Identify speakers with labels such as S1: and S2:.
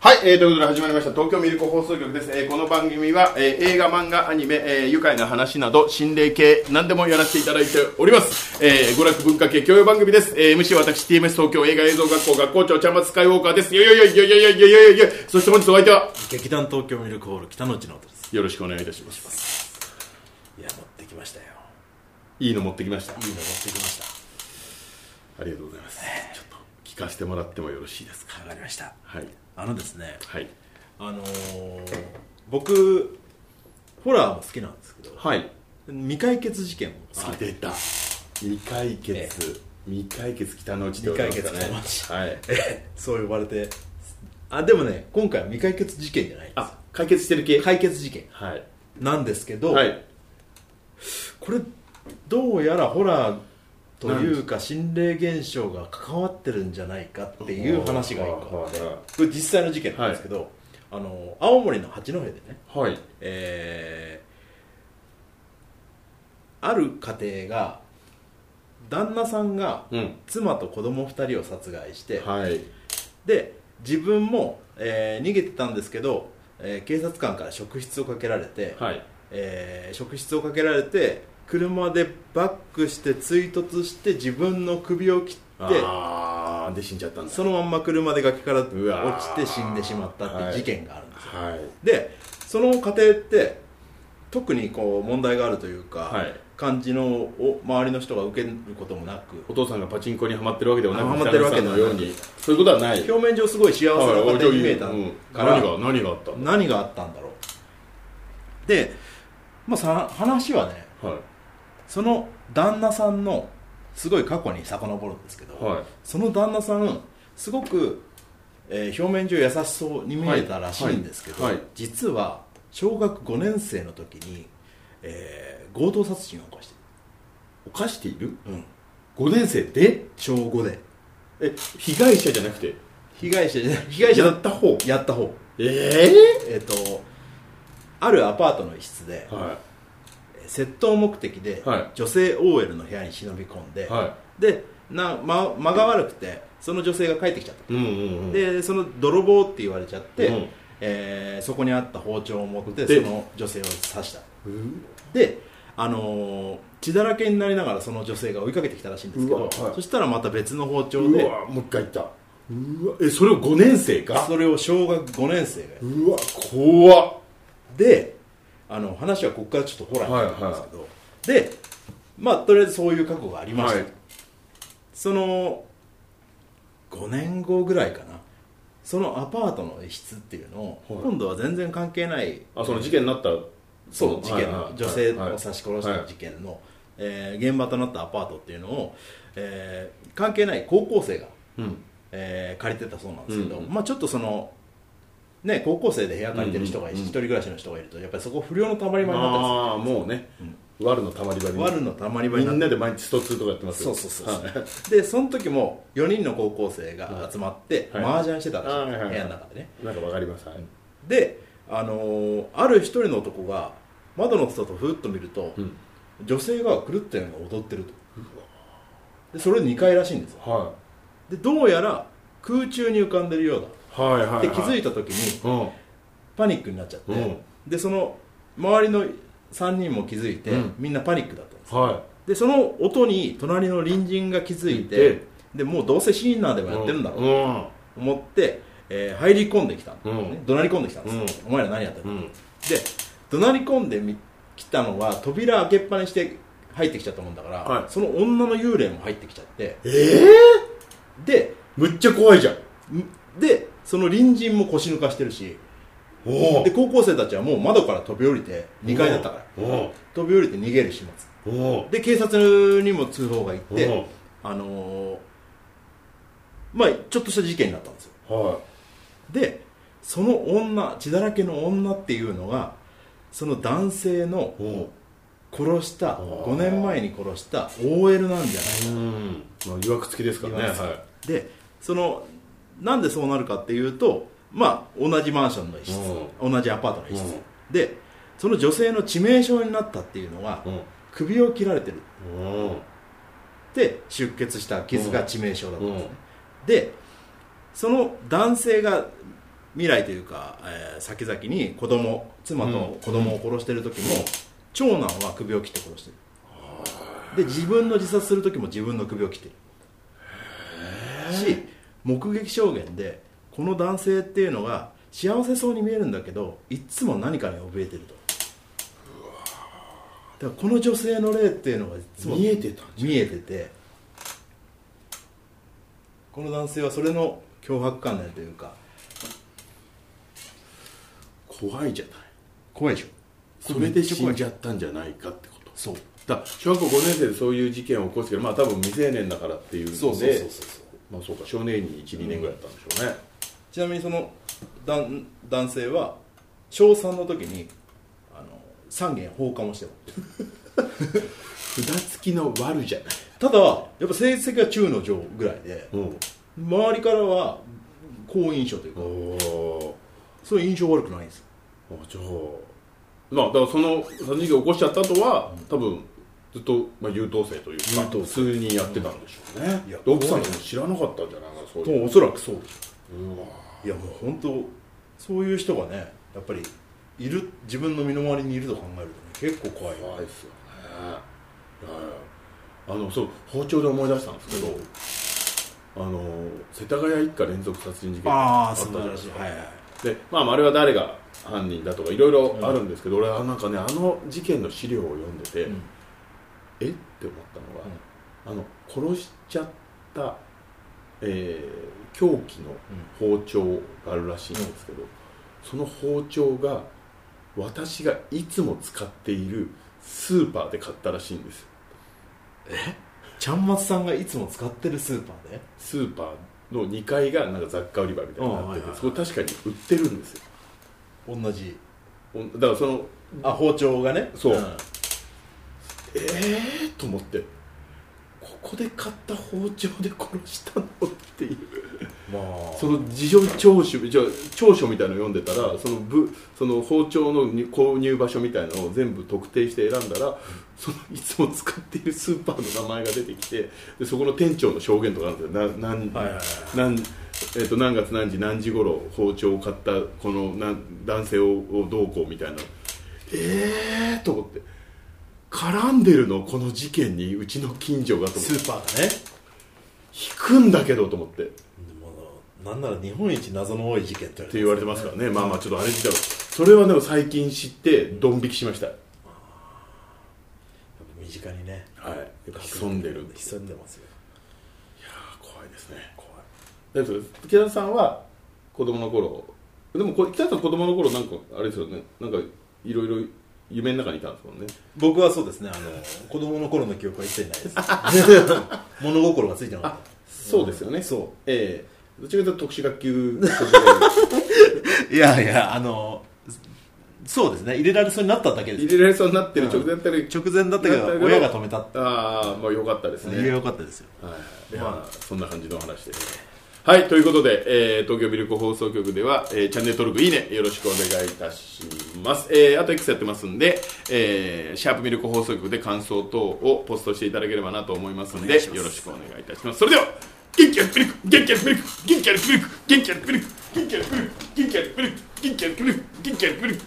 S1: はい、えー、ということで始まりました東京ミルク放送局です、えー、この番組は、えー、映画漫画アニメ、えー、愉快な話など心霊系何でもやらせていただいております、えー、娯楽文化系教養番組です、えー、MC は私 TMS 東京映画映像学校学校長ちゃんまつスカイウォーカーですよいよいよいよいよいよいよいよいよいよそして本日お相手は
S2: 劇団東京ミルクホール北の内の音です
S1: よろしくお願いいたします
S2: いや持ってきましたよ
S1: いいの持ってきました
S2: いいの持ってきました
S1: ありがとうございますちょっと聞かせてもらってもよろしいですか
S2: わかりました
S1: はい
S2: あのですね
S1: はい
S2: あのー、僕ホラーも好きなんですけど
S1: はい
S2: 未解決事件も好
S1: さ
S2: き
S1: あ
S2: で
S1: 出た未解決、
S2: え
S1: 未解決北の内でございますね
S2: 未解決北の内
S1: はい
S2: そう呼ばれてあでもね今回は未解決事件じゃないんです
S1: あ解決してる系
S2: よ解決事件
S1: はい
S2: なんですけど、
S1: はい
S2: これどうやらホラーというか心霊現象が関わってるんじゃないかっていう話が一個あって
S1: はい
S2: これ実際の事件なんですけど、あの青森の八戸でね
S1: はい
S2: えーある家庭が旦那さんが
S1: うん
S2: 妻と子供2人を殺害して、
S1: はい
S2: で自分も、えー逃げてたんですけど、えー警察官から職質をかけられて、
S1: はい
S2: えー職質をかけられて車でバックして追突して自分の首を切って
S1: あーで死んじゃったんだ
S2: そのまんま車で崖から落
S1: うわ
S2: ちて死んでしまったっていう事件があるんですよ
S1: はい
S2: でその家庭って特にこう問題があるというか、
S1: はい
S2: 感じのを周りの人が受けることもなく
S1: お父さんがパチンコにはまってるわけではなく
S2: はまってるわけ
S1: 北
S2: で
S1: 野
S2: は
S1: さ
S2: なんい
S1: のようにそういうことはない
S2: 表面上すごい幸せな家庭に見えた
S1: はいうん
S2: から、
S1: 何が何があったんだ
S2: 何があったんだろうで、まあ、さ話はね
S1: はい
S2: その旦那さんのすごい過去に遡るんですけど、
S1: はい
S2: その旦那さんすごく、えー表面上優しそうに見えたらしいんですけど、
S1: はいはいはい
S2: 実は小学5年生の時に、えー強盗殺人を起こして
S1: 犯している
S2: る、うん、
S1: 5年生で
S2: 小5で
S1: え被害者じゃなくて
S2: 被害者じゃない被害者
S1: やった方
S2: やった方
S1: え
S2: えっ、とあるアパートの一室で
S1: え、は
S2: 窃盗目的で、
S1: はい
S2: 女性 OL の部屋に忍び込ん
S1: い
S2: で、
S1: は
S2: でな、ま、間が悪くてその女性が帰ってきちゃった
S1: いうんうんうん
S2: でその泥棒って言われちゃって、
S1: うん
S2: えーそこにあった包丁を持って
S1: で
S2: その女性を刺した
S1: うん
S2: で、あのー血だらけになりながらその女性が追いかけてきたらしいんですけ
S1: うわ
S2: ど、
S1: はい
S2: そしたらまた別の包丁
S1: う
S2: で
S1: わもう一回いったうわえそれを5年生か
S2: それを小学5年生がやる
S1: うわ怖っ
S2: であの話はここからちょっとホラーになってくるんですけど、でまあとりあえずそういう過去がありました、
S1: はい
S2: その5年後ぐらいかなそのアパートの一室っていうのを、
S1: はい
S2: 今度は全然関係ない
S1: あその事件になった
S2: そう事件
S1: はいは
S2: の
S1: い
S2: 女性
S1: はい
S2: を刺し殺した事件の、えー現場となったアパートっていうのを、えー関係ない高校生が、
S1: うん
S2: えー借りてたそうなんですけど、
S1: うんうん
S2: まあちょっとそのね高校生で部屋借りてる人がい
S1: うんうん
S2: 一人暮らしの人がいるとやっぱりそこ不良のたまり場になったりす
S1: ああもうね悪のたまり場
S2: る
S1: に
S2: 悪のたまり場
S1: み
S2: になっ
S1: ん
S2: た
S1: な
S2: り
S1: で毎日スト2とかやってます
S2: そうそうそう
S1: はい
S2: そうでその時も4人の高校生が集まって、
S1: はい
S2: 麻雀してたんですよ、
S1: はいはいはい
S2: 部屋の中でね
S1: なんかわかりますはい
S2: で、あのーある一人の男が窓の外をふっと見ると、
S1: うん
S2: 女性が狂ったように踊ってるとでそれ2回らしいんですよ
S1: は
S2: でどうやら空中に浮かんでるよう
S1: いはいはい
S2: だ
S1: は
S2: で気づ
S1: い
S2: いた時に
S1: うんは
S2: パニックになっちゃって、
S1: うん
S2: でその周りの3人も気づいて、
S1: うん
S2: みんなパニックだったんです
S1: い
S2: でその音に隣の隣人が気づいて
S1: で
S2: でもうどうせシーンナーでもやってるんだろうと
S1: ろ
S2: 思って、えー入り込んできたんですよね、
S1: う
S2: 怒鳴り込んできたんです、お前ら何やってる
S1: うんうん
S2: で怒鳴り込んでみ来たのは扉開けっぱにして入ってきちゃったもんだから、
S1: はい
S2: その女の幽霊も入ってきちゃって
S1: ええ
S2: で
S1: むっちゃ怖いじゃん
S2: んでその隣人も腰抜かしてるし
S1: おお
S2: で高校生たちはもう窓から飛び降りて2階だったから
S1: お
S2: 飛び降りて逃げる始末
S1: おお
S2: で警察にも通報が行っ
S1: お
S2: てあのーまあちょっとした事件になったんですよ
S1: は
S2: でその女血だらけの女っていうのがその男性の
S1: いお
S2: 殺した
S1: あー
S2: 5年前に殺した OL なんじゃない
S1: うんまあいわくつきですからね
S2: いわくつき
S1: は
S2: でそのなんでそうなるかっていうとまあ同じマンションの一室同じアパートの一室でその女性の致命傷になったっていうのはい首を切られてる
S1: うんお
S2: で出血した傷が致命傷だったんで
S1: う
S2: すねでその男性が未来というか、えー先々に子供妻と子供を殺してる時も、長男は首を切って殺してるで自分の自殺する時も自分の首を切ってるし目撃証言でこの男性っていうのが幸せそうに見えるんだけどいっつも何かに怯えてるとだからこの女性の霊っていうのがいつも
S1: 見えてたんじ
S2: 見えててこの男性はそれの脅迫観念というか
S1: 怖いじゃない
S2: 怖いでしょ
S1: それで死んじ
S2: ゃ
S1: ゃったんじゃないかってこと
S2: そう
S1: だから小学校5年生でそういう事件を起こすけどまあ多分未成年だからっていうので
S2: そうそうそうそう
S1: まあそうか少年院に12年ぐらいだったんでしょうね、
S2: ちなみにその男男性は小3の時にあの3軒放火もして
S1: 札付きの悪じゃない
S2: たただやっぱ成績は中の上ぐらいで
S1: うん
S2: 周りからは好印象というか
S1: おー
S2: そういう印象悪くないんですよ
S1: あじゃあまあだからその殺人事件を起こしちゃった後は多分ずっと、まあ、優等生というか
S2: 優等生
S1: 普通にやってたんでしょうね、
S2: いや
S1: で奥さんも知らなかったんじゃないかなそういう
S2: とおそらくそうでしょ
S1: うわ
S2: いやもう本当そういう人がねやっぱりいる自分の身の回りにいると考えるとね結構怖いよ
S1: 怖いですよねいやいやあのそう包丁で思い出したんですけど、あの世田谷一家連続殺人事件
S2: ああ
S1: った
S2: そ
S1: じ
S2: ん
S1: ゃ
S2: な
S1: ないです
S2: 話
S1: か
S2: はいはい
S1: で、まあ、あれは誰が犯人だとかいろいろあるんですけど、俺はなんかねあの事件の資料を読んでて、
S2: うん
S1: えって思ったのが、あの殺しちゃった、えー凶器の包丁があるらしいんですけど、その包丁が私がいつも使っているスーパーで買ったらしいんですよ
S2: ちゃんまつさんがいつも使ってるスーパーで
S1: スーパーの2階がなんか雑貨売り場みたいになってて、
S2: うんはいはいはい
S1: そこ確かに売ってるんですよ
S2: 同じ
S1: ほんだからその
S2: あ包丁がね
S1: そうんええー、と思ってここで買った包丁で殺したのっていう
S2: まあ
S1: その事情聴取じゃあ調書みたいなの読んでたらその部その包丁のに購入場所みたいなのを全部特定して選んだらそのいつも使っているスーパーの名前が出てきてでそこの店長の証言とかあるんですよな何,、
S2: はいはいは
S1: 何えー、と何月何時何時頃包丁を買ったこのなん男性ををどうこうみたいなええー、と思って絡んでるのこの事件にうちの近所がと思っ
S2: ス
S1: て
S2: ーパーがね
S1: 引くんだけどと思って。
S2: もうなんなら日本一謎の多い事件って
S1: って言われてますからね、まあまあちょっとあれ自体はそれはでも最近知ってドン引きしました
S2: 身近にね
S1: はい潜んでるんです
S2: 潜んでますよ
S1: 怖いですね怖い大丈夫です北田さんは子供の頃でもこ北田さん子供の頃なんかあれですよねなんかいろいろ夢の中にいたんですもんね
S2: 僕はそうですねあの子供の頃の記憶は一切 ないです物心がついてなかっ
S1: そうですよね、そうええどちらかというと特殊学級
S2: たいやいやあのそうですね入れられそうになっただけです
S1: 入れられそうになってる直前だったり、
S2: 直前だったけど親が止めたって
S1: ああまあよかったですね
S2: 言えよかったですよ
S1: はい、まあそんな感じの話ですはいということで、えー東京ミルク放送局では、えーチャンネル登録いいねよろしくお願いいたします、えーあと X やってますんで、えーシャープミルク放送局で感想等をポストしていただければなと思いますんで
S2: お願いします
S1: よろしくお願いいたしますそれでは元気やミルク元気やミルク元気やミルク元気やミルク元気やミルク元気やミルク元気やミルク元気やミルク元気やミルク